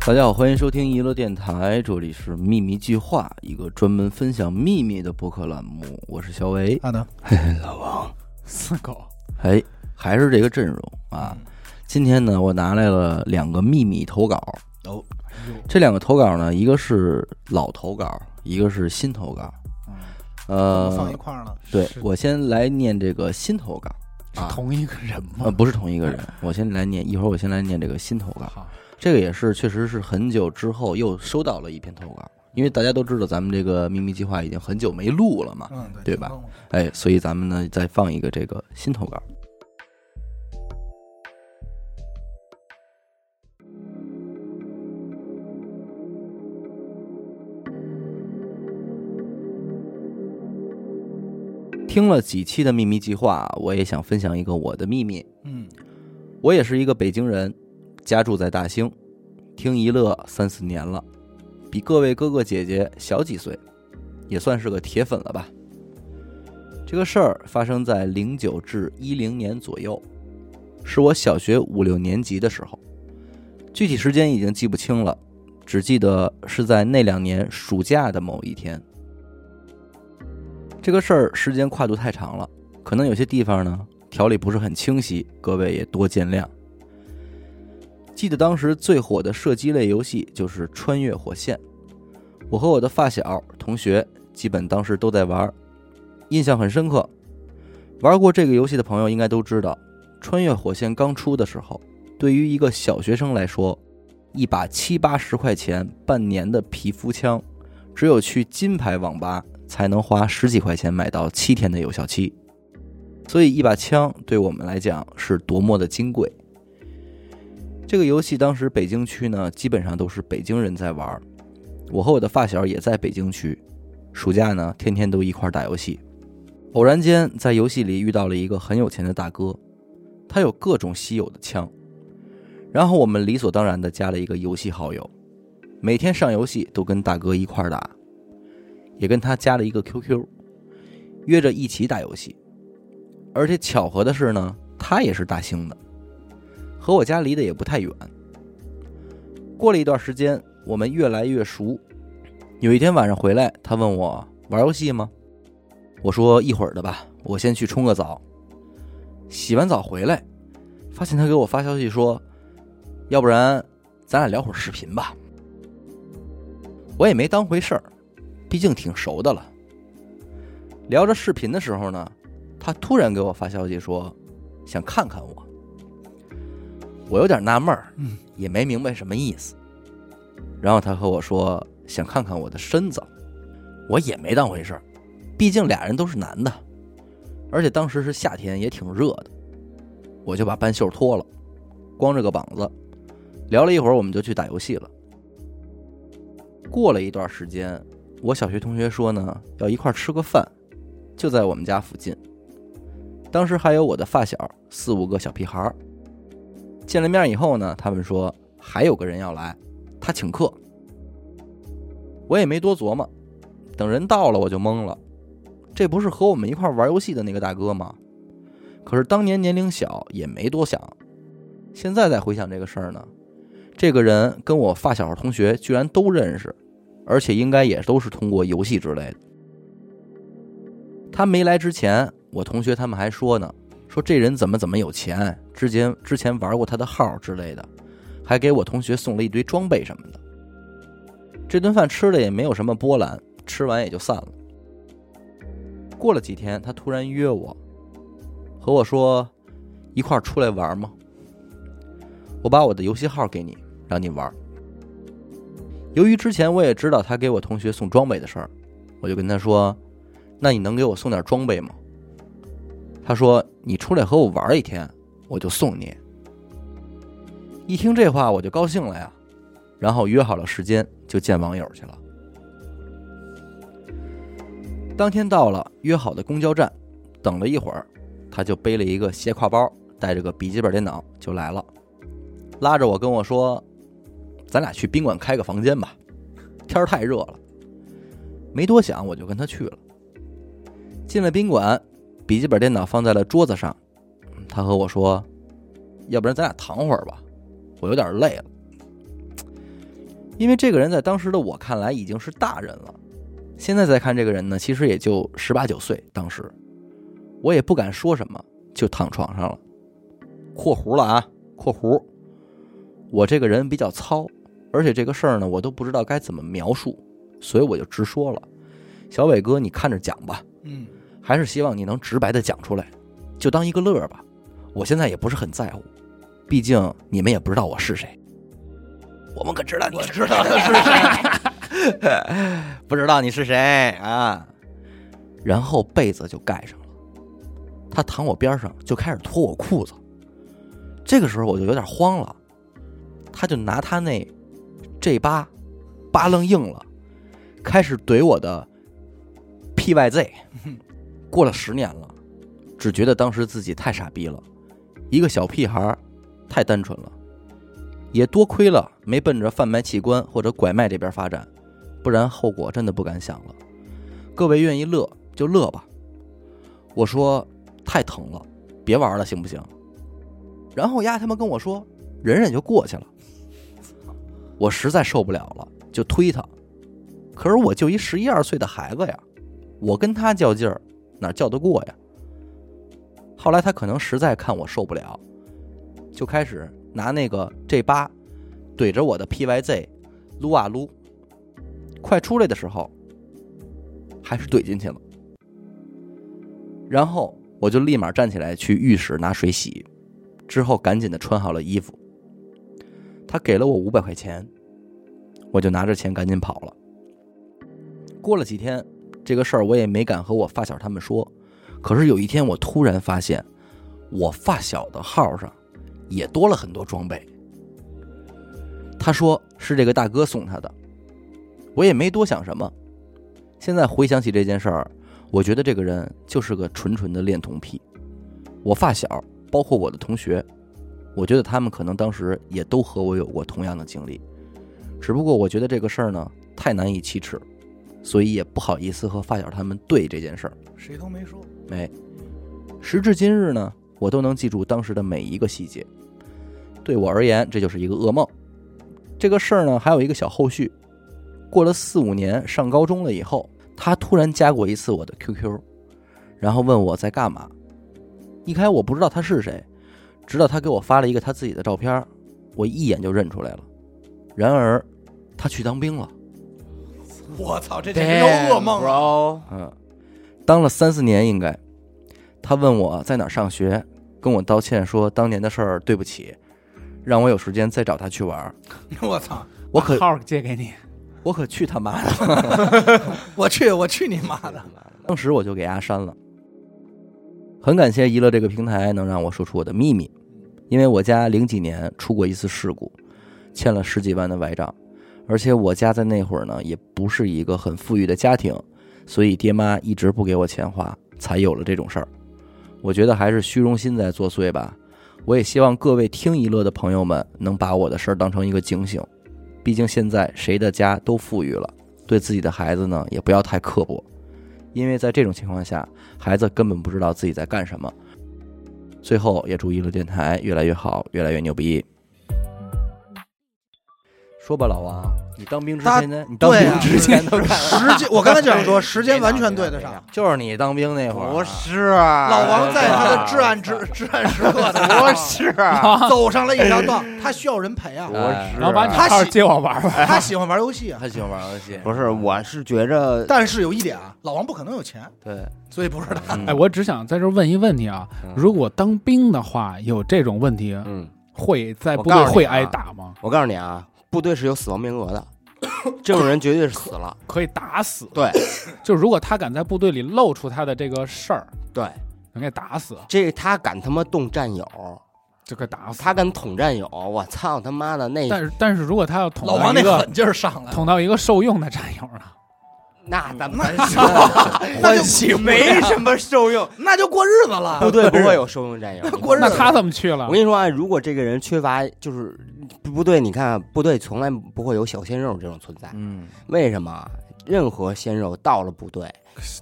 大家好，欢迎收听娱乐电台，这里是秘密计划，一个专门分享秘密的播客栏目。我是小伟，阿能嘿嘿，老王，四狗，哎，还是这个阵容嗯啊。今天呢，我拿来了两个秘密投稿，哦，这两个投稿呢，一个是老投稿，一个是新投稿。嗯放一呃，块儿了，对是我先来念这个新投稿，是啊同一个人吗？呃，不是同一个人，我先来念，一会儿我先来念这个新投稿。好，这个也是，确实是很久之后又收到了一篇投稿，因为大家都知道咱们这个秘密计划已经很久没录了嘛，嗯，对，对吧？哎，所以咱们呢再放一个这个新投稿。听了几期的秘密计划，我也想分享一个我的秘密。嗯，我也是一个北京人，家住在大兴，听一乐三四年了，比各位哥哥姐姐小几岁，也算是个铁粉了吧。这个事儿发生在零九至一零年左右，是我小学五六年级的时候，具体时间已经记不清了，只记得是在那两年暑假的某一天。这个事儿时间跨度太长了，可能有些地方呢条理不是很清晰，各位也多见谅。记得当时最火的射击类游戏就是《穿越火线》，我和我的发小同学基本当时都在玩儿，印象很深刻。玩过这个游戏的朋友应该都知道，《穿越火线》刚出的时候，对于一个小学生来说，一把七八十块钱半年的皮肤枪，只有去金牌网吧才能花十几块钱买到七天的有效期。所以一把枪对我们来讲是多么的金贵。这个游戏当时北京区呢，基本上都是北京人在玩儿，我和我的发小也在北京区，暑假呢天天都一块儿打游戏。偶然间在游戏里遇到了一个很有钱的大哥，他有各种稀有的枪，然后我们理所当然的加了一个游戏好友，每天上游戏都跟大哥一块儿打，也跟他加了一个 QQ，约着一起打游戏。而且巧合的是呢，他也是大兴的，和我家离得也不太远。过了一段时间，我们越来越熟。有一天晚上回来，他问我玩游戏吗？我说一会儿的吧，我先去冲个澡。洗完澡回来，发现他给我发消息说，要不然咱俩聊会儿视频吧。我也没当回事儿，毕竟挺熟的了。聊着视频的时候呢，他突然给我发消息说想看看我，我有点纳闷儿，也没明白什么意思。然后他和我说想看看我的身子，我也没当回事儿，毕竟俩人都是男的，而且当时是夏天，也挺热的，我就把半袖脱了，光着个膀子，聊了一会儿，我们就去打游戏了。过了一段时间，我小学同学说呢要一块儿吃个饭，就在我们家附近。当时还有我的发小，四五个小屁孩儿。见了面以后呢，他们说还有个人要来，他请客。我也没多琢磨，等人到了我就懵了，这不是和我们一块儿玩游戏的那个大哥吗？可是当年年龄小，也没多想。现在再回想这个事儿呢，这个人跟我发小同学居然都认识，而且应该也都是通过游戏之类的。他没来之前，我同学他们还说呢，说这人怎么怎么有钱，之前之前玩过他的号之类的，还给我同学送了一堆装备什么的。这顿饭吃的也没有什么波澜，吃完也就散了。过了几天，他突然约我，和我说一块儿出来玩吗？我把我的游戏号给你，让你玩。由于之前我也知道他给我同学送装备的事儿，我就跟他说，那你能给我送点装备吗？他说你出来和我玩一天，我就送你。一听这话我就高兴了呀，然后约好了时间就见网友去了。当天到了约好的公交站，等了一会儿，他就背了一个斜挎包，带着个笔记本电脑就来了，拉着我跟我说：“咱俩去宾馆开个房间吧，天儿太热了。”没多想我就跟他去了。进了宾馆，笔记本电脑放在了桌子上。他和我说：“要不然咱俩躺会儿吧，我有点累了。”因为这个人在当时的我看来已经是大人了，现在再看这个人呢，其实也就十八九岁。当时我也不敢说什么，就躺床上了。（括弧了啊，括弧）我这个人比较糙，而且这个事儿呢，我都不知道该怎么描述，所以我就直说了。小伟哥，你看着讲吧，嗯还是希望你能直白的讲出来，就当一个乐儿吧。我现在也不是很在乎，毕竟你们也不知道我是谁。我们可知道你是知道的是谁， 不知道你是谁啊？然后被子就盖上了，他躺我边上就开始脱我裤子。这个时候我就有点慌了，他就拿他那 J 八扒楞硬了，开始怼我的 PYZ。过了十年了，只觉得当时自己太傻逼了，一个小屁孩儿太单纯了，也多亏了没奔着贩卖器官或者拐卖这边发展，不然后果真的不敢想了。各位愿意乐就乐吧，我说太疼了，别玩了行不行？然后丫他们跟我说忍忍就过去了，我实在受不了了，就推他，可是我就一十一二岁的孩子呀，我跟他较劲儿。哪叫得过呀？后来他可能实在看我受不了，就开始拿那个 J 八怼着我的 PYZ 撸啊撸。快出来的时候，还是怼进去了。然后我就立马站起来去浴室拿水洗，之后赶紧的穿好了衣服。他给了我五百块钱，我就拿着钱赶紧跑了。过了几天，这个事儿我也没敢和我发小他们说。可是有一天，我突然发现，我发小的号上也多了很多装备。他说是这个大哥送他的，我也没多想什么。现在回想起这件事儿，我觉得这个人就是个纯纯的恋童癖。我发小，包括我的同学，我觉得他们可能当时也都和我有过同样的经历，只不过我觉得这个事儿呢太难以启齿，所以也不好意思和发小他们对这件事儿。谁都没说。哎，时至今日呢，我都能记住当时的每一个细节。对我而言，这就是一个噩梦。这个事儿呢，还有一个小后续。过了四五年，上高中了以后，他突然加过一次我的 QQ，然后问我在干嘛。一开始我不知道他是谁，直到他给我发了一个他自己的照片，我一眼就认出来了。然而，他去当兵了。我操，这啊！啊！嗯，当了三四年应该。他问我在哪儿上学，跟我道歉说当年的事儿对不起，让我有时间再找他去玩儿。我操，我可号借给你，我可去他妈的！我去，我去你妈的！当时我就给他删了。很感谢娱乐这个平台能让我说出我的秘密，因为我家零几年出过一次事故，欠了十几万的外账，而且我家在那会儿呢也不是一个很富裕的家庭，所以爹妈一直不给我钱花，才有了这种事儿。我觉得还是虚荣心在作祟吧。我也希望各位听娱乐的朋友们能把我的事儿当成一个警醒，毕竟现在谁的家都富裕了，对自己的孩子呢也不要太刻薄。因为在这种情况下，孩子根本不知道自己在干什么。最后，也祝娱乐电台越来越好，越来越牛逼。说吧，老王，你当兵之他前呢？你当对兵啊之前都干了，时间，我刚才就想说，时间完全对得上。就是你当兵那会儿，啊不是老老王在他的至暗之至暗时刻的 不是，走上了一条道，他需要人陪啊，哎是老老板板，你你他号号喜借我玩哎玩。他喜欢玩游戏啊。他喜欢玩游戏，不是，我是觉着，但是有一点啊，老王不可能有钱，对，所以不是他。嗯哎，我只想在这儿问一问题啊，嗯如果当兵的话，有这种问题，嗯，会在我部告队诉你会啊挨打吗？我告诉你啊，部队是有死亡名额的，这种人绝对是死了。可以打死。对，就如果他敢在部队里露出他的这个事儿，对，能给打死，这他敢他妈动战友，就给打死。他，敢捅战友，我操他妈的那啊但是但是如果他要捅老到王一那个狠劲儿上来了，捅到一个受用的战友呢？那咱们那 那就没什么受用，那就过日子了。部队不会有受用战友。你过日那子他怎么去了我？跟你说啊，如果这个人缺乏，就是部队，你看啊部队从来不会有小鲜肉这种存在， 嗯，为什么啊？任何鲜肉到了部队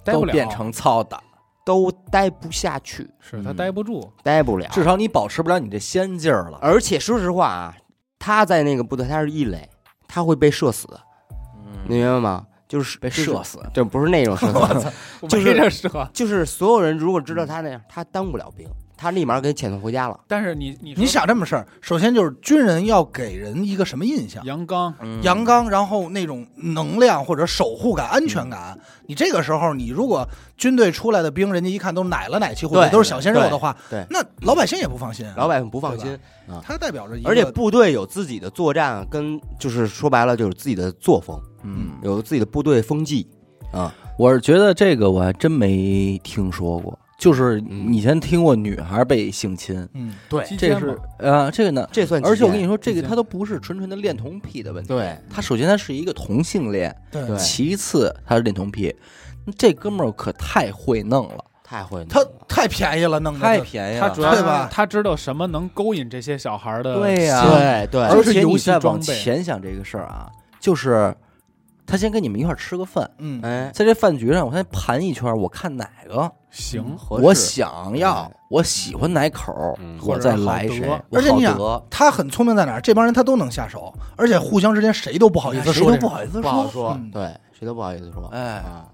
待都不了，变成操的，都待不下去，是他嗯待不住。待不了。至少你保持不了你这仙劲儿了。而且说实话啊，他在那个部队他是异类，他会被射死，你嗯，明白吗？就是被就是射死，这不是那种射死，就是没这事儿。就是所有人如果知道他那样，他当不了兵，他立马给遣送回家了。但是你你说你想这么事儿，首先就是军人要给人一个什么印象？杨刚，阳刚，然后那种能量或者守护感、安全感。你这个时候，你如果军队出来的兵，人家一看都是奶了奶气，或者对都是小鲜肉的话，对对那老百姓也不放嗯心啊。老百姓不放对心，他代表着一个，而且部队有自己的作战跟就是说白了就是自己的作风，嗯，有自己的部队风纪啊。我是觉得这个我还真没听说过，就是嗯以前听过女孩被性侵，嗯，对期这间是嘛呃这个呢，这算而且我跟你说，说，这个期间它都不是纯纯的恋童癖的问题，对它首先它是一个同性恋，对对其次它是恋童癖，这哥们儿可太会弄了，太会弄他了太便宜了，弄得太便宜他了主。要对吧他知道什么能勾引这些小孩的，对呀对对，而就是且你游戏再往装备前想这个事儿啊，就是他先跟你们一块儿吃个饭，嗯，哎，在这饭局上我先盘一圈儿，我看哪个行，合我适想要，我喜欢哪口儿，嗯我或者再好来得谁，我而且好你啊想得他很聪明在哪儿？这帮人他都能下手，而且互相之间谁都不好意思哎谁说都这不个，好意思不好说嗯，对，谁都不好意思说，哎啊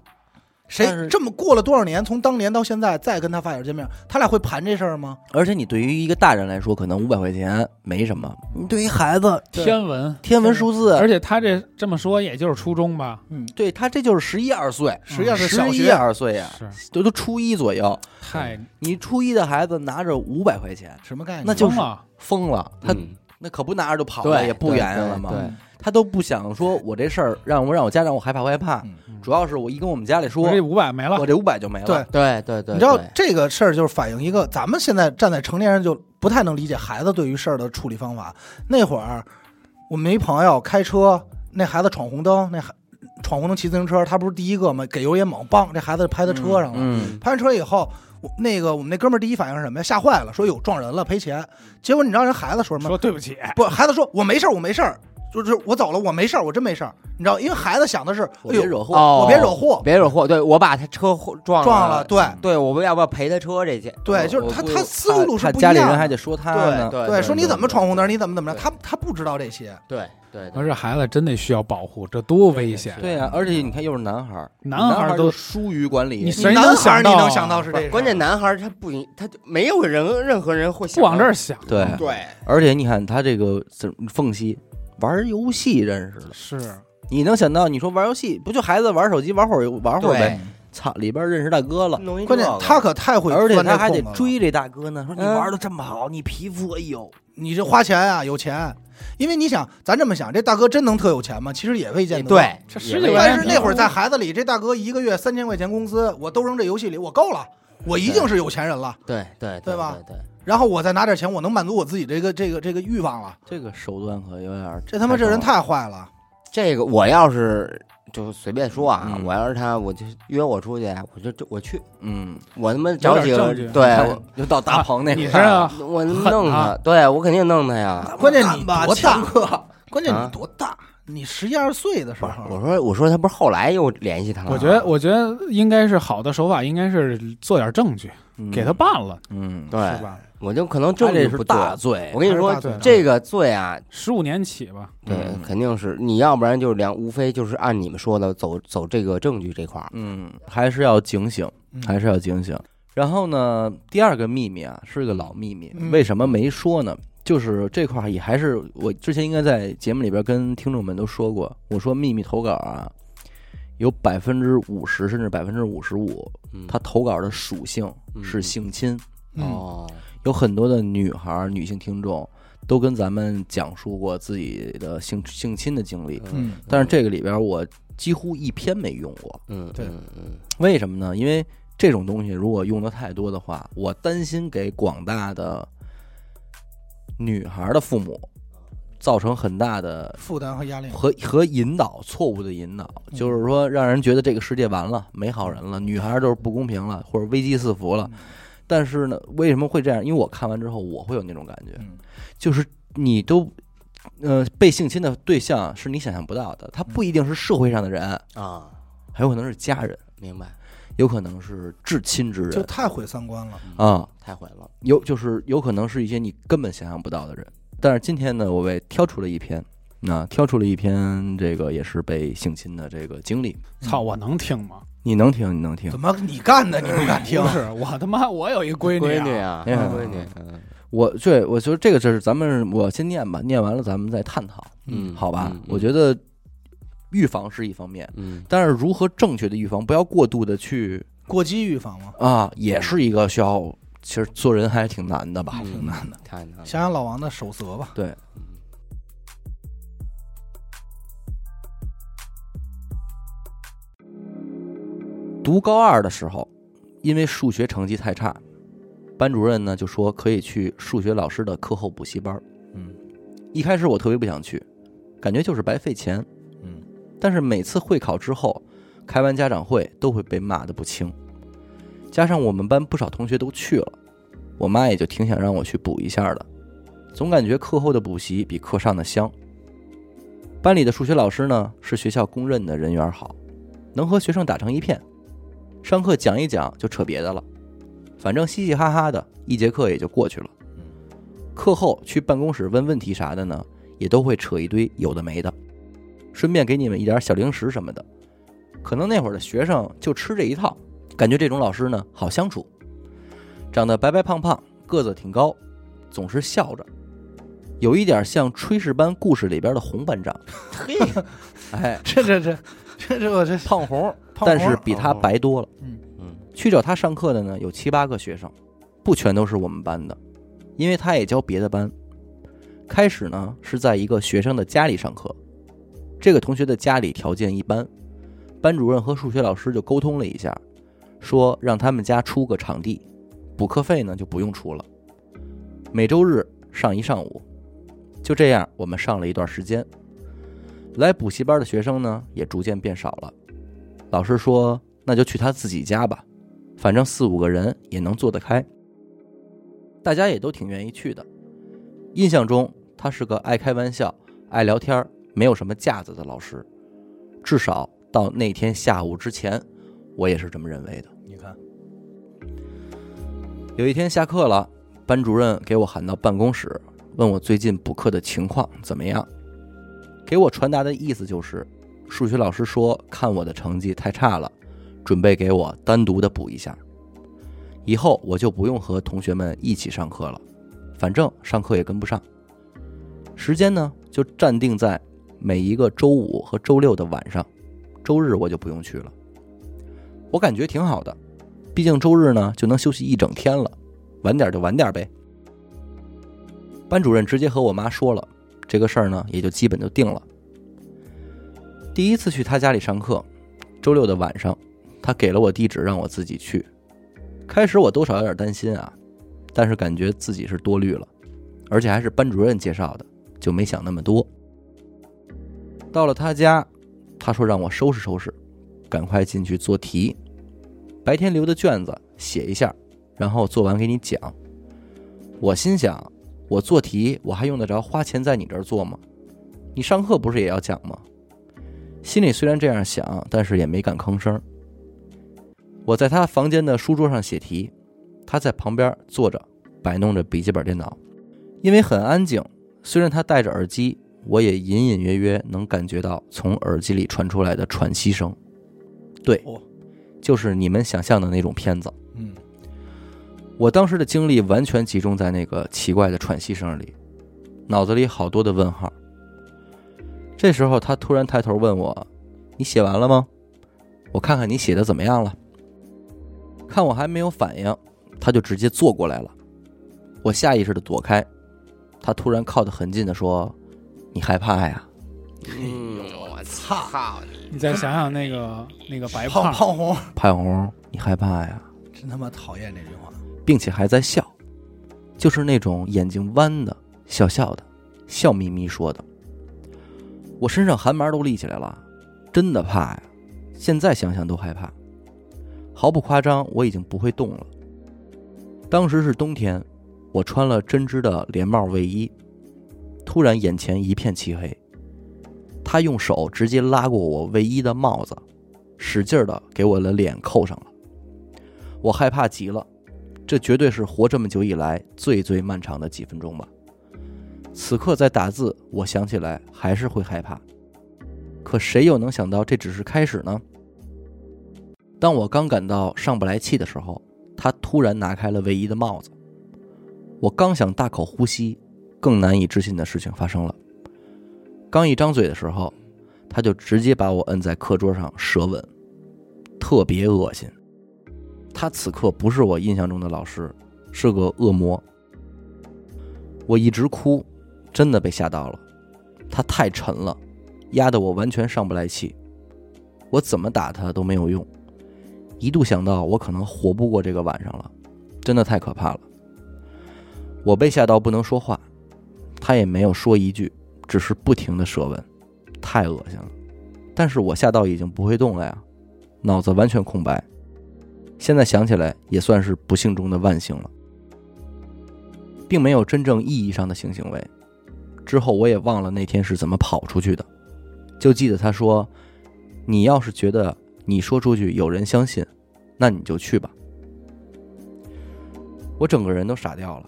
但是谁这么过了多少年，从当年到现在，再跟他发小见面，他俩会盘这事儿吗？而且你对于一个大人来说，可能五百块钱没什么，你对于孩子对天文，天文数字，而且他这这么说，也就是初中吧，嗯，对他这就是十一二岁，实际上是十小一学，二岁呀、是都都初一左右。太你初一的孩子拿着五百块钱什么概念？那就疯了，疯了，他、嗯那可不拿着就跑了，对也不对原因对了嘛。对他都不想说我这事儿让我让我家长我害怕我害怕，嗯主要是我一跟我们家里说我，这五百没了我，这五百就没了。对对对对，你知道对这个事儿就是反映一个咱们现在站在成年人就不太能理解孩子对于事儿的处理方法。那会儿我们一朋友开车，那孩子闯红灯，那孩闯红灯骑自行车，他不是第一个吗？给油也猛棒，这孩子拍他车上了。嗯，拍完车以后，我那个我们那哥们儿第一反应是什么呀？吓坏了，说哟撞人了赔钱。结果你知道人孩嗯子说什么？说对不起，不，孩子说我没事儿，我没事儿，就是我走了，我没事儿，我真没事儿。你知道，因为孩子想的是，我哎别呦，惹祸。哦我别惹祸，别惹祸，对我把他车祸撞撞了嗯了，，对对，我们要不要赔他车这些？对，就我是他我他思路是他不一家样里的。人还得说他呢。对对，说你怎么闯红灯，对你怎么怎么着，对他他不知道这些，对对可对，是孩子真得需要保护，这多危险！对呀、而且你看又是男孩儿，男孩孩儿儿都就疏于管理你。你谁男孩能儿想你到能啊想到是这事儿？关键男孩儿他不一，他就没有人任何人会想不往这儿到想，对，对而且你看他这个怎缝隙，玩游戏认识的。是你能想到，你说玩游戏不就孩子玩手机玩会儿玩会儿呗？对，操，里边认识大哥了，弄一关键这个他可太会，而且他还得，追这大哥呢，说你嗯玩的这么好，你皮肤哎呦，你这花钱啊，有钱，因为你想，咱这么想，这大哥真能特有钱吗？其实也未见得。对，这也十没几办但万是法那会儿在孩子里，这大哥一个月三千块钱工资，我都扔这游戏里，我够了，我一定是有钱人了。对对对吧？对，然后我再拿点钱，我能满足我自己这个这个这个欲望了。这个手段可有点儿，这他妈这人太太坏了，这个我要是就随便说啊，嗯我要是他，我就约我出去，我就就我去，嗯，我他妈找几有个点证据 对，哎我又到大鹏那你块是儿啊了，我狠弄他啊，对我肯定弄他呀。关键你干吧多强大？哥，关键啊你多大？你十一二岁的时不是，候我，说我说他不是后来又联系他了吗，我觉得，我觉得应该是好的手法，应该是做点证据，给他办了，嗯，对，是吧？我就可能他证据这是不对。大罪我，跟你说他是大罪，这个罪啊，十五年起吧，对嗯，肯定是你要不然就是两，无非就是按你们说的走走这个证据这块儿。嗯，还是要警醒，嗯还是要警醒。然后呢，第二个秘密啊，是个老秘密，嗯为什么没说呢？就是这块儿也还是我之前应该在节目里边跟听众们都说过，我说秘密投稿啊，有百分之五十甚至百分之五十五，嗯他投稿的属性是嗯性侵，嗯，哦，有很多的女孩儿、女性听众都跟咱们讲述过自己的性性侵的经历，嗯但是这个里边我几乎一篇没用过，嗯，对嗯嗯为什么呢？因为这种东西如果用的太多的话，我担心给广大的女孩的父母造成很大的负担和压力。和和引导错误的引导，嗯就是说让人觉得这个世界完了，没好人了，女孩就是不公平了，或者危机四伏了。但是呢，为什么会这样？因为我看完之后，我会有那种感觉，嗯就是你都，呃，被性侵的对象是你想象不到的，他不一定是社会上的人，啊，还有可能是家人，明白，有可能是至亲之就人太毁三观了。啊、嗯太毁了。有就是有可能是一些你根本想象不到的人。但是今天呢，我为挑出了一篇，那挑出了一篇这个也是被性侵的这个经历，操，我能听吗？你能听，你能听怎。么你干的？你不敢听不？是，我他妈我有一闺闺女女啊，啊，哎呀闺女，嗯我对我觉得这个就是咱们我先念吧，念完了咱们再探讨，嗯，好吧？嗯我觉，得预防是一方面，嗯但是如何正确的预防，不要过度的去过激预防吗？啊，也是一个需要，其实做人还挺难的吧？嗯挺难的。嗯，太难了。想想老王的守 则吧。对，嗯读高二的时候，因为数学成绩太差，班主任呢就说可以去数学老师的课后补习班。嗯，一开始我特别不想去，感觉就是白费钱。嗯，但是每次会考之后，开完家长会都会被骂得不轻，加上我们班不少同学都去了，我妈也就挺想让我去补一下的，总感觉课后的补习比课上的香。班里的数学老师呢是学校公认的人缘好，能和学生打成一片，上课讲一讲就扯别的了，反正嘻嘻哈哈的，一节课也就过去了。嗯课后去办公室问问题啥的呢，也都会扯一堆有的没的，顺便给你们一点小零食什么的。可能那会儿的学生就吃这一套，感觉这种老师呢好相处，长得白白胖胖，个子挺高，总是笑着，有一点像炊事班故事里边的红班长。嘿，哎，这这这这这我这 胖红，胖但是红哦比他白多了。嗯去找他上课的呢有七八个学生，不全都是我们班的，因为他也教别的班。开始呢是在一个学生的家里上课，这个同学的家里条件一般，班主任和数学老师就沟通了一下，说让他们家出个场地，补课费呢就不用出了，每周日上一上午。就这样，我们上了一段时间。来补习班的学生呢也逐渐变少了，老师说那就去他自己家吧。反正四五个人也能做得开，大家也都挺愿意去的。印象中，他是个爱开玩笑、爱聊天儿、没有什么架子的老师，至少到那天下午之前，我也是这么认为的。你看，有一天下课了，班主任给我喊到办公室，问我最近补课的情况怎么样。给我传达的意思就是，数学老师说看我的成绩太差了，准备给我单独的补一下。以后我就不用和同学们一起上课了，反正上课也跟不上。时间呢，就暂定在每一个周五和周六的晚上，周日我就不用去了。我感觉挺好的，毕竟周日呢就能休息一整天了，晚点就晚点呗。班主任直接和我妈说了，这个事儿呢也就基本就定了。第一次去他家里上课，周六的晚上，他给了我地址让我自己去。开始我多少有点担心啊，但是感觉自己是多虑了，而且还是班主任介绍的，就没想那么多。到了他家，他说让我收拾收拾，赶快进去做题。白天留的卷子写一下，然后做完给你讲。我心想，我做题我还用得着花钱在你这儿做吗？你上课不是也要讲吗？心里虽然这样想，但是也没敢吭声。我在他房间的书桌上写题，他在旁边坐着，摆弄着笔记本电脑。因为很安静，虽然他戴着耳机，我也隐隐约约能感觉到从耳机里传出来的喘息声。对哦，就是你们想象的那种片子。嗯，我当时的精力完全集中在那个奇怪的喘息声里，脑子里好多的问号。这时候，他突然抬头问我：“你写完了吗？我看看你写的怎么样了。”看我还没有反应，他就直接坐过来了。我下意识的躲开，他突然靠得很近的说：“你害怕呀嗯，我操操你！你再想想那个那个白胖胖，胖红，，潘红？你害怕呀？”真他妈讨厌这句话。并且还在笑，就是那种眼睛弯的、笑笑的、笑眯眯说的。我身上汗毛都立起来了，真的怕呀！现在想想都害怕。毫不夸张，我已经不会动了。当时是冬天，我穿了针织的连帽卫衣，突然眼前一片漆黑。他用手直接拉过我卫衣的帽子，使劲的给我的脸扣上了。我害怕极了，这绝对是活这么久以来最最漫长的几分钟吧。此刻在打字，我想起来还是会害怕。可谁又能想到这只是开始呢？当我刚感到上不来气的时候，他突然拿开了唯一的帽子。我刚想大口呼吸，更难以置信的事情发生了。刚一张嘴的时候，他就直接把我摁在课桌上舌吻，特别恶心。他此刻不是我印象中的老师，是个恶魔。我一直哭，真的被吓到了。他太沉了，压得我完全上不来气。我怎么打他都没有用，一度想到我可能活不过这个晚上了，真的太可怕了。我被吓到不能说话，他也没有说一句，只是不停的舌吻，太恶心了。但是我吓到已经不会动了呀，脑子完全空白。现在想起来也算是不幸中的万幸了。并没有真正意义上的性行为。之后我也忘了那天是怎么跑出去的，就记得他说：“你要是觉得你说出去有人相信，那你就去吧。”我整个人都傻掉了，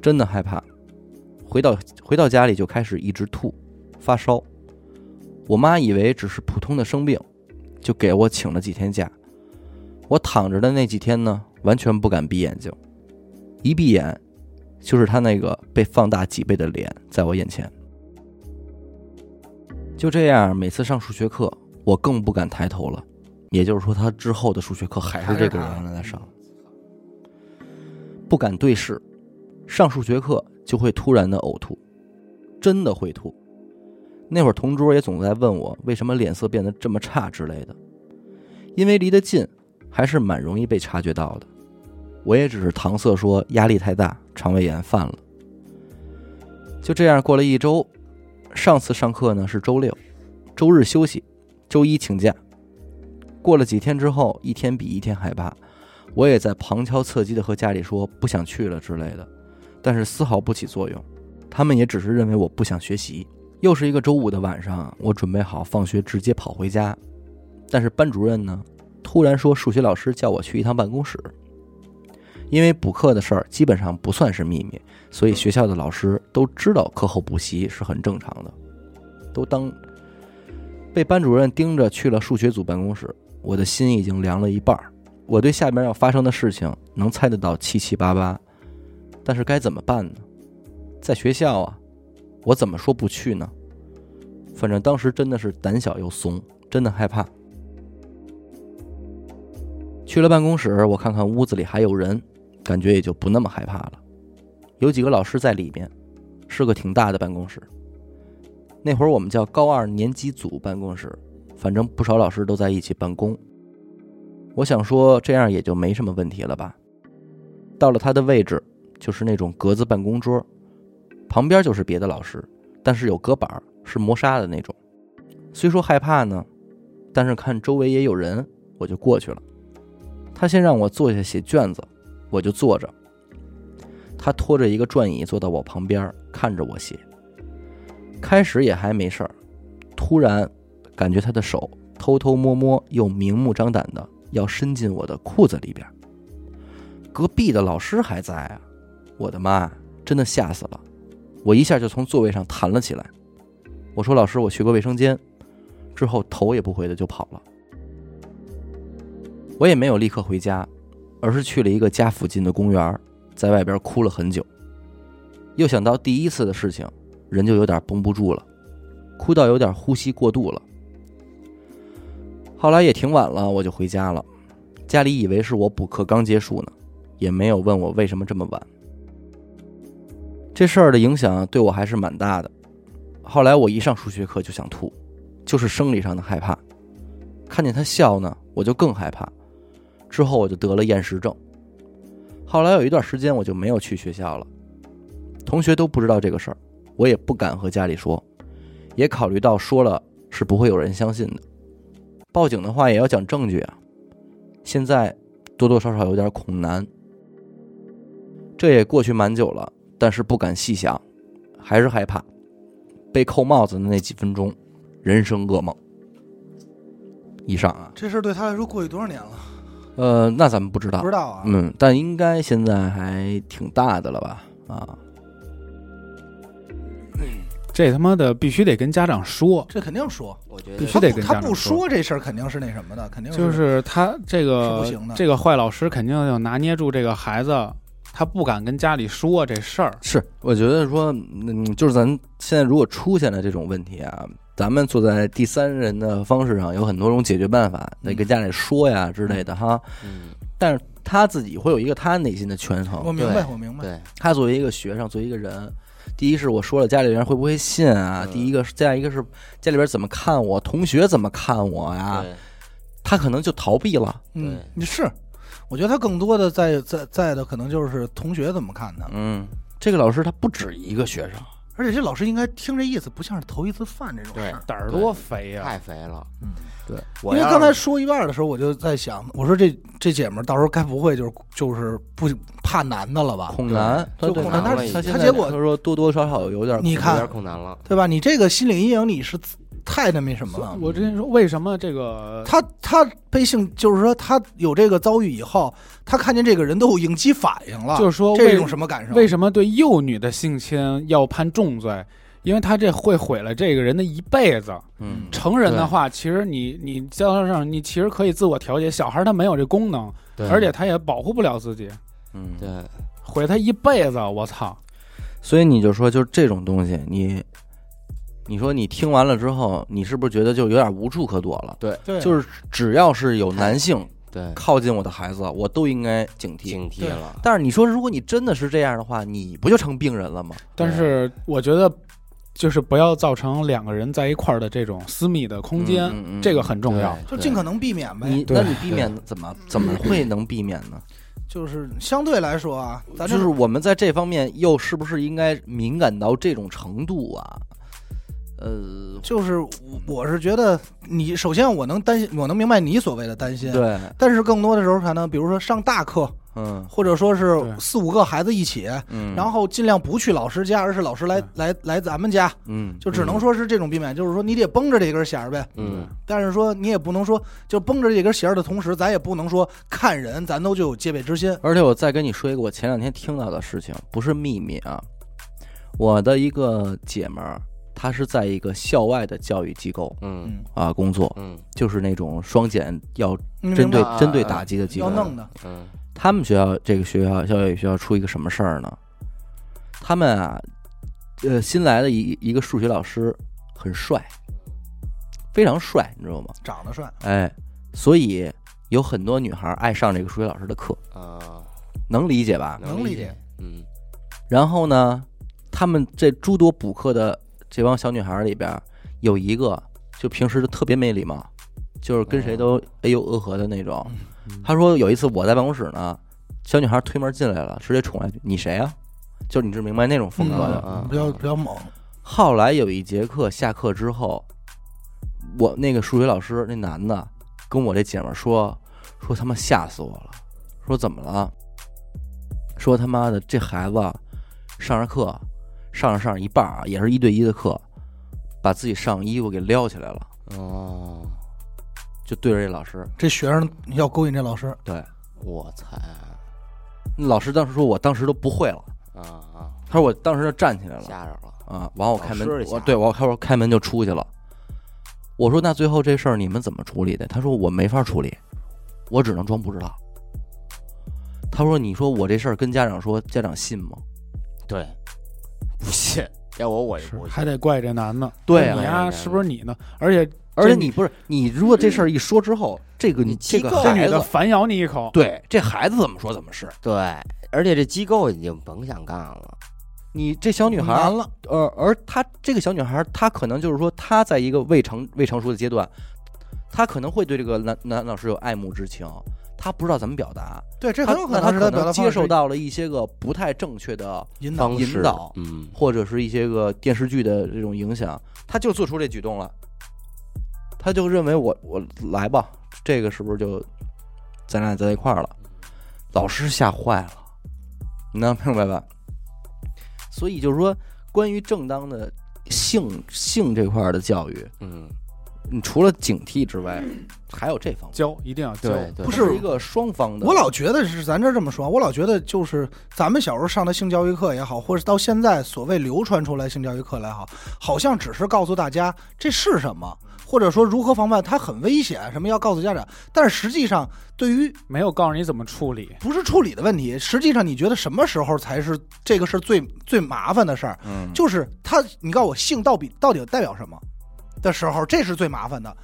真的害怕。回到回到家里就开始一直吐，发烧。我妈以为只是普通的生病，就给我请了几天假。我躺着的那几天呢，完全不敢闭眼睛，一闭眼就是他那个被放大几倍的脸在我眼前。就这样，每次上数学课，我更不敢抬头了。也就是说，他之后的数学课还是这个还是人来上，不敢对视。上数学课就会突然的呕吐，真的会吐。那会儿同桌也总在问我为什么脸色变得这么差之类的，因为离得近，还是蛮容易被察觉到的。我也只是搪塞说压力太大，肠胃炎犯了。就这样过了一周，上次上课呢是周六，周日休息，周一请假。过了几天之后，一天比一天害怕，我也在旁敲侧击的和家里说不想去了之类的，但是丝毫不起作用。他们也只是认为我不想学习。又是一个周五的晚上，我准备好放学直接跑回家，但是班主任呢，突然说数学老师叫我去一趟办公室，因为补课的事儿基本上不算是秘密，所以学校的老师都知道课后补习是很正常的，都当被班主任盯着去了数学组办公室，我的心已经凉了一半儿。我对下面要发生的事情能猜得到七七八八，但是该怎么办呢？在学校啊，我怎么说不去呢？反正当时真的是胆小又怂，真的害怕。去了办公室，我看看屋子里还有人，感觉也就不那么害怕了。有几个老师在里面，是个挺大的办公室。那会儿我们叫高二年级组办公室，反正不少老师都在一起办公。我想说，这样也就没什么问题了吧。到了他的位置，就是那种格子办公桌，旁边就是别的老师，但是有隔板儿，是磨砂的那种。虽说害怕呢，但是看周围也有人，我就过去了。他先让我坐下写卷子，我就坐着。他拖着一个转椅坐到我旁边，看着我写。开始也还没事儿，突然感觉他的手偷偷摸摸又明目张胆的要伸进我的裤子里边儿。隔壁的老师还在啊！我的妈，真的吓死了！我一下就从座位上弹了起来。我说：“老师，我去个卫生间。”之后头也不回的就跑了。我也没有立刻回家，而是去了一个家附近的公园儿，在外边哭了很久。又想到第一次的事情，人就有点绷不住了，哭到有点呼吸过度了。后来也挺晚了，我就回家了。家里以为是我补课刚结束呢，也没有问我为什么这么晚。这事儿的影响对我还是蛮大的。后来我一上数学课就想吐，就是生理上的害怕。看见他笑呢，我就更害怕。之后我就得了厌食症。后来有一段时间我就没有去学校了，同学都不知道这个事儿，我也不敢和家里说，也考虑到说了是不会有人相信的。报警的话也要讲证据啊。现在多多少少有点恐难。这也过去蛮久了，但是不敢细想，还是害怕。被扣帽子的那几分钟，人生噩梦。以上啊，这事儿对他来说过去多少年了？呃，那咱们不知道不，知道啊。嗯，但应该现在还挺大的了吧？啊，这他妈的必须得跟家长说，这肯定说，我觉必得须得跟他不家他长不说这事儿肯定是那什么的，肯定就是是他这个是不行的这个坏老师肯定要拿捏住这个孩子，他不敢跟家里说这事儿。是，我觉得说，嗯，就是咱现在如果出现了这种问题啊，咱们坐在第三人的方式上，有很多种解决办法，得跟家里说呀之类的哈。嗯，但是他自己会有一个他内心的权我衡。明白，对我明白。对，他作为一个学生，作为一个人，第一是我说了家里人会不会信啊？嗯第一个是，再一个是家里边怎么看我，同学怎么看我呀？对他可能就逃避了。嗯对，你是，我觉得他更多的在在在的可能就是同学怎么看他，嗯，这个老师他不止一个学生，而且这老师应该听这意思不像是头一次犯这种事对儿。胆儿多肥呀、太肥了，嗯，对，我因为要刚才是说一半的时候，我就在想，我说这这姐们儿到时候该不会就是就是不怕男的了吧？恐男，他就对恐男他他他现他在结果他说多多少少有点你恐看有点恐难了，对吧？你这个心理阴影你是太那没什么所了以。我之前说为什么这个他他被性，就是说他有这个遭遇以后，他看见这个人都有应激反应了，就是说这为是一种什么感受？为什么对幼女的性侵要判重罪？因为他这会毁了这个人的一辈子。嗯成人的话，其实你你教他上，你其实可以自我调节。小孩他没有这功能，对，而且他也保护不了自己，嗯，对，毁他一辈子。我操！所以你就说，就是这种东西，你，你说你听完了之后，你是不是觉得就有点无处可躲了？对啊就是只要是有男性对，靠近我的孩子，我都应该警惕。警惕了，但是你说，如果你真的是这样的话，你不就成病人了吗？但是我觉得，就是不要造成两个人在一块儿的这种私密的空间，嗯嗯嗯这个很重对要。就尽可能避免呗你？那对你避免怎么怎么会能避免呢？就是相对来说啊，咱就这是我们在这方面又是不是应该敏感到这种程度啊？呃，就是我我是觉得你首先我能担心，我能明白你所谓的担心，对，但是更多的时候可能比如说上大课，嗯或者说是对四五个孩子一起，嗯，然后尽量不去老师家，而是老师来来来咱们家，嗯，就只能说是这种避免，就是说你得绷着这根弦儿呗。嗯，但是说你也不能说，就绷着这根弦儿的同时，咱也不能说看人，咱都就有戒备之心。而且我再跟你说一个我前两天听到的事情，不是秘密啊。我的一个姐们儿，她是在一个校外的教育机构嗯啊工作，嗯就是那种双减要你针明白对吗啊针对打击的机要构。弄的，嗯他们学校这个学校校外语学校出一个什么事儿呢？他们啊，呃，新来的一一个数学老师很帅，非常帅，你知道吗？长得帅，哎，所以有很多女孩儿爱上这个数学老师的课，啊，能理解吧？能理理解，嗯然后呢，他们这诸多补课的这帮小女孩里边，有一个就平时就特别没礼貌，就是跟谁都哎呦呃呵的那种。她说有一次我在办公室呢，小女孩推门进来了，直接冲来一句：“你谁啊？”就是你是明白那种风格的。嗯啊比较比较猛，后来有一节课下课之后，我那个数学老师那男的跟我这姐们儿说，说他妈吓死我了，说怎么了？说他妈的这孩子上着课，上着上着一半儿啊，也是一对一的课，把自己上衣服给撩起来了，哦，就对着这老师。这学生要勾引这老师，对，我操那老师当时说我当时都不会了，啊啊，他说我当时就站起来了，吓着了，啊，完我开门老师，一下我对我开我开门就出去了。我说那最后这事儿你们怎么处理的？他说我没法处理，我只能装不知道。他说你说我这事儿跟家长说，家长信吗？对，不信，要我我也是不信，还得怪这男的。对啊，你哎呀、是不是你呢？而且而且你不是你，如果这事儿一说之后，这个你你这个机构这孩女的子，反咬你一口，对这孩子怎么说怎么是。对，而且这机构已经甭想干了，你这小女孩难儿，了，呃，而她这个小女孩儿，她可能就是说她在一个未成未成熟的阶段，她可能会对这个男男老师有爱慕之情，她不知道怎么表达。对，这他很有那能是可他表能达接方受式到了一些个不太正确的，引导方引式导嗯，或者是一些个电视剧的这种影响，他就做出这举动了，他就认为我我来吧，这个是不是就咱俩在一块儿了？老师吓坏了，你能明白吧？所以就是说，关于正当的性性这块儿的教育，嗯，你除了警惕之外，还有这方面，教一定要教。对对，不这是一个双方的。我老觉得是咱这这么说，我老觉得就是咱们小时候上的性教育课也好，或者到现在所谓流传出来性教育课来好，好像只是告诉大家这是什么，或者说如何防范它很危险，什么要告诉家长。但是实际上，对于没有告诉你怎么处理，不是处理的问题，实际上你觉得什么时候才是这个事儿最最麻烦的事儿？嗯，就是他，你告诉我性到底到底代表什么的时候，这是最麻烦的。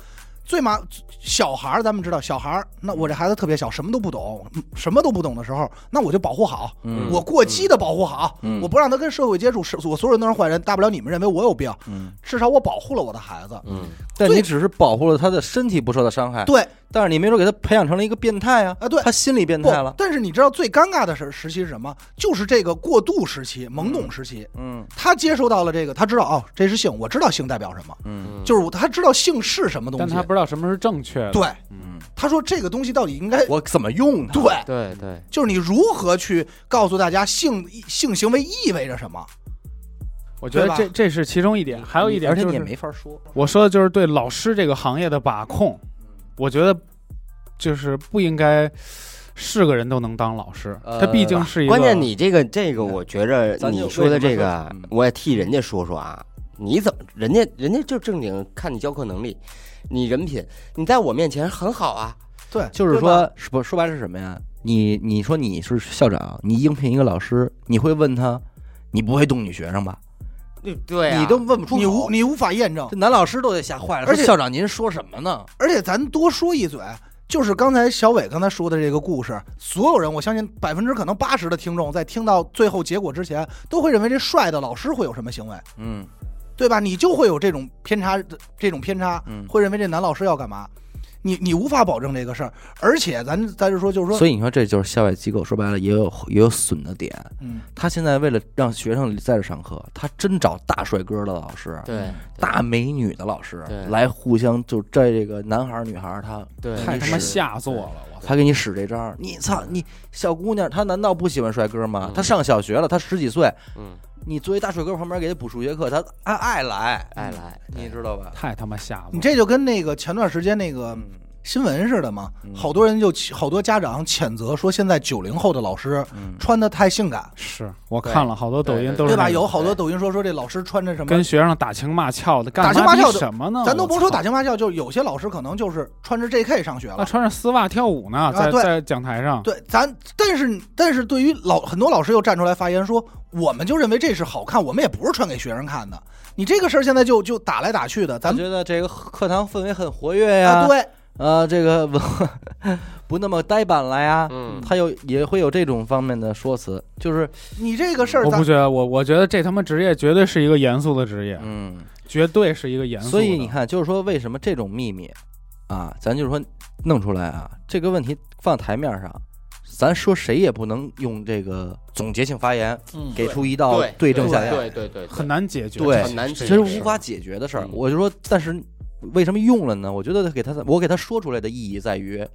最麻小孩儿，咱们知道小孩儿，那我这孩子特别小，什么都不懂，嗯什么都不懂的时候，那我就保护好，嗯我过激的保护好，嗯我不让他跟社会接触，是我所有人都是坏人，大不了你们认为我有病，嗯，至少我保护了我的孩子。嗯，但最你只是保护了他的身体不受到伤害，对，但是你没准给他培养成了一个变态啊，啊对他心理变不态了，，但是你知道最尴尬的时时期是什么？就是这个过渡时期、懵懂时期，嗯他接收到了这个，他知道哦，这是性，我知道性代表什么，嗯就是我他知道性是什么东但西他，不知道什么是正确的。对，嗯，他说这个东西到底应该我怎么用它？对，对对，就是你如何去告诉大家性性行为意味着什么？我觉得对吧这这是其中一点，还有一点而且就你也是没法说，我说的就是对老师这个行业的把控，我觉得就是不应该是个人都能当老师，呃他毕竟是一个关键你这个这个，我觉着咱就你说的这为个什么啊说嗯，我也替人家说说啊。你怎么人家人家就正经看你教课能力，你人品，你在我面前很好啊。对，就是对吧，说，是不说白了是什么呀？你你说你是校长，你应聘一个老师，你会问他，你不会动女学生吧？对啊，你都问不出你无口，你无法验证这。男老师都得吓坏了。而说且校长您说什么呢？而且咱多说一嘴，就是刚才小伟刚才说的这个故事，所有人我相信百分之可能八十的听众在听到最后结果之前，都会认为这帅的老师会有什么行为，嗯对吧？你就会有这种偏差，这种偏差嗯。会认为这男老师要干嘛。你你无法保证这个事儿，而且咱咱就说，就是说，所以你说这就是校外机构，说白了也有也有损的点。嗯，他现在为了让学生在这上课，他真找大帅哥的老师，对大美女的老师对来互相就在这个男孩儿女孩儿他对太你他妈是下作了，我操！他给你使这招儿，你操你小姑娘，她难道不喜欢帅哥吗？嗯她上小学了，她十几岁，嗯，你作为大帅哥旁边给她补数学课，她爱爱来，爱来，你知道吧？太他妈下作了！你这就跟那个前段时间那个嗯新闻似的嘛嗯，好多人就起好多家长谴责说，现在九零后的老师嗯，穿的太性感，是我看了好多抖音对都是对吧？那种有好多抖音说说这老师穿着什么跟，学生打情骂俏的，干打情嘛骂俏比的什么呢？咱都我甭说操打情骂俏，就是有些老师可能就是穿着 J.K. 上学啊，了。穿着丝袜跳舞呢，在啊对在讲台上，对，咱但是但是对于老很多老师又站出来发言说，我们就认为这是好看，我们也不是穿给学生看的。你这个事儿现在就就打来打去的，她咱们觉得这个课堂氛围很活跃呀，啊，对，呃，这个 文不那么呆板了呀，嗯她有也会有这种方面的说辞，就是你这个事儿我咱不觉得，我我觉得这他妈职业绝对是一个严肃的职业，嗯，绝对是一个严肃的。所以你，看，就是说为什么这种秘密啊，咱就是说弄出来啊，这个问题放台面上，咱说谁也不能用这个总结性发言嗯给出一道对症下药，对对对，很难解决，对这很难这解这是个无法解决的事儿。嗯我就说，但是为什么用了呢？我觉得给他我给他说出来的意义在于，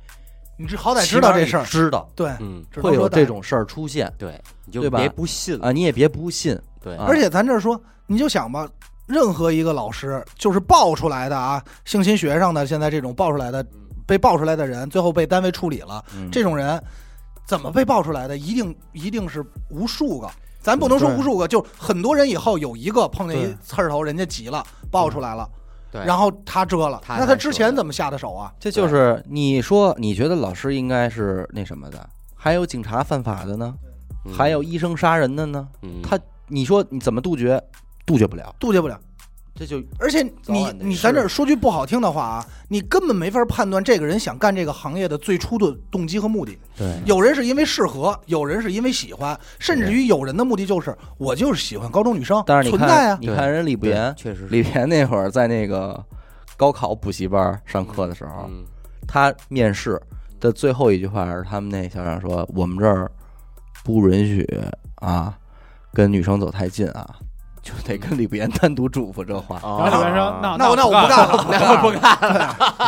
你这好歹知道这事儿，知道对，嗯，只能会有说打这种事儿出现对，你就对吧别不信了，啊，你也别不信，对啊而且咱这儿说，你就想吧，任何一个老师就是爆出来的啊，性侵学生的，现在这种爆出来的，被爆出来的人，最后被单位处理了，这种人怎么被爆出来的？一定一定是无数个。咱不能说对无数个，就很多人以后有一个碰见对一刺儿头，人家急了，爆出来了，对，然后他遮了，他那才他遮之了前怎么下的手啊？这就是你说你觉得老师应该是那什么的，还有警察犯法的呢，嗯还有医生杀人的呢。嗯他你说你怎么杜绝？杜绝不了，杜绝不了。这就而且早你晚得你是咱这儿说句不好听的话啊，你根本没法判断这个人想干这个行业的最初的动机和目的。对有人是因为适合，有人是因为喜欢，甚至于有人的目的就是我就是喜欢高中女生，但是你存在看，啊，你看人李不对言，确实是 李不言那会儿在那个高考补习班上课的时候，嗯他面试的最后一句话是他们那校长说：“我们这儿不允许啊，跟女生走太近啊。”就得跟李不嗯言单独嘱咐这话。然后里边啊说，那啊那我那我不不干干了，了，那我不干了。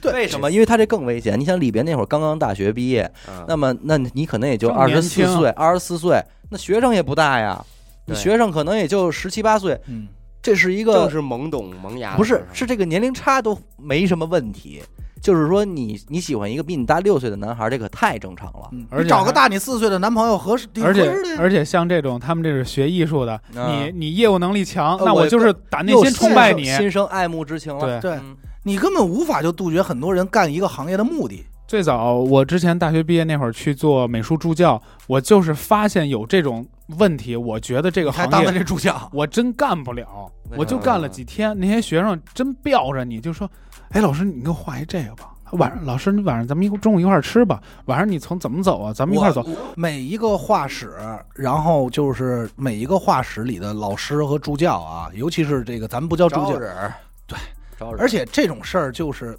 对为什么？因为他这更危险。你想，李别那会儿刚刚大学毕业，嗯那么那你可能也就正二十啊年四轻岁，二十四岁，那学生也不大呀，你对学生可能也就十七八岁，嗯，这是一正个是懵懂萌芽的时候，不是是这个年龄差都没什么问题，就是说你你喜欢一个比你大六岁的男孩，这可太正常了。嗯而你且找还个大你四岁的男朋友合适，挺合而且适的呀。而且像这种他们这是学艺术的，啊你你业务能力强，呃那我就是打内又心心崇拜生你。心生爱慕之情了。对，对嗯你根本无法就杜绝很多人干一个行业的目的。最早我之前大学毕业那会儿去做美术助教，我就是发现有这种问题，我觉得这个还行当了业这助教，我真干不了，为我就啥干呢了几天，那些学生真吊着你，就说：“哎，老师，你给我画一这个吧。”晚上，老师，你晚上咱们一块中午一块儿吃吧。晚上你从怎么走啊？咱们一块儿走。每一个画室，然后就是每一个画室里的老师和助教啊，尤其是这个咱们不叫助招教，人儿，对招人儿，而且这种事儿就是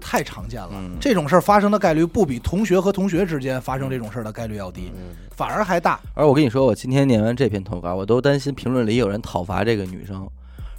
太常见了。嗯这种事儿发生的概率不比同学和同学之间发生这种事儿的概率要低，嗯反而还大。而我跟你说，我今天念完这篇投稿，我都担心评论里有人讨伐这个女生，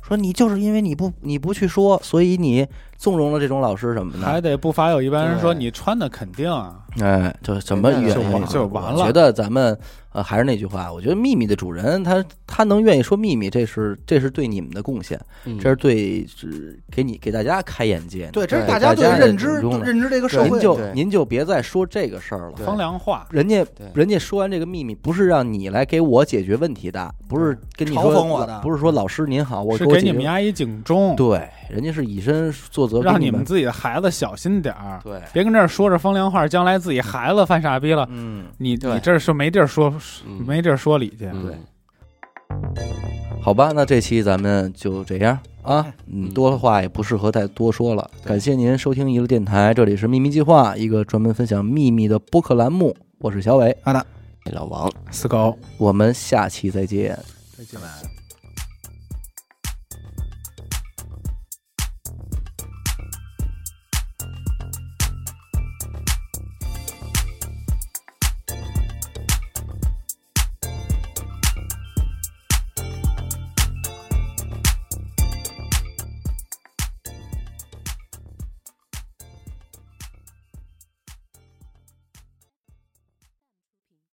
说你就是因为你不你不去说，所以你纵容了这种老师什么还的。得不乏有一般人说对你穿的肯定啊，哎，就什么原就因完就完了我觉得咱们呃还是那句话，我觉得秘密的主人他他能愿意说秘密，这是这是对你们的贡献，嗯这是对是给你给大家开眼界的。对，这是对大家大家的认知眼中的认知这个社您会。就对您就别再说这个事儿了。对风凉话。人家对人家说完这个秘密，不是让你来给我解决问题的，不是跟你说嘲讽我的不是说老师您好，我是我给解你决们压一警钟，对，人家是以身作则，让给你你们自己的孩子小心点儿，对，别跟这儿说着风凉话，将来自己孩子犯傻逼了，嗯，你对你这是没地儿说，嗯没地儿说理去。对好吧，那这期咱们就这样啊，嗯，嗯多的话也不适合再多说了。对感谢您收听娱乐电台，这里是秘密计划，一个专门分享秘密的播客栏目，我是小伟，好的，老王。四狗，我们下期再见。再见。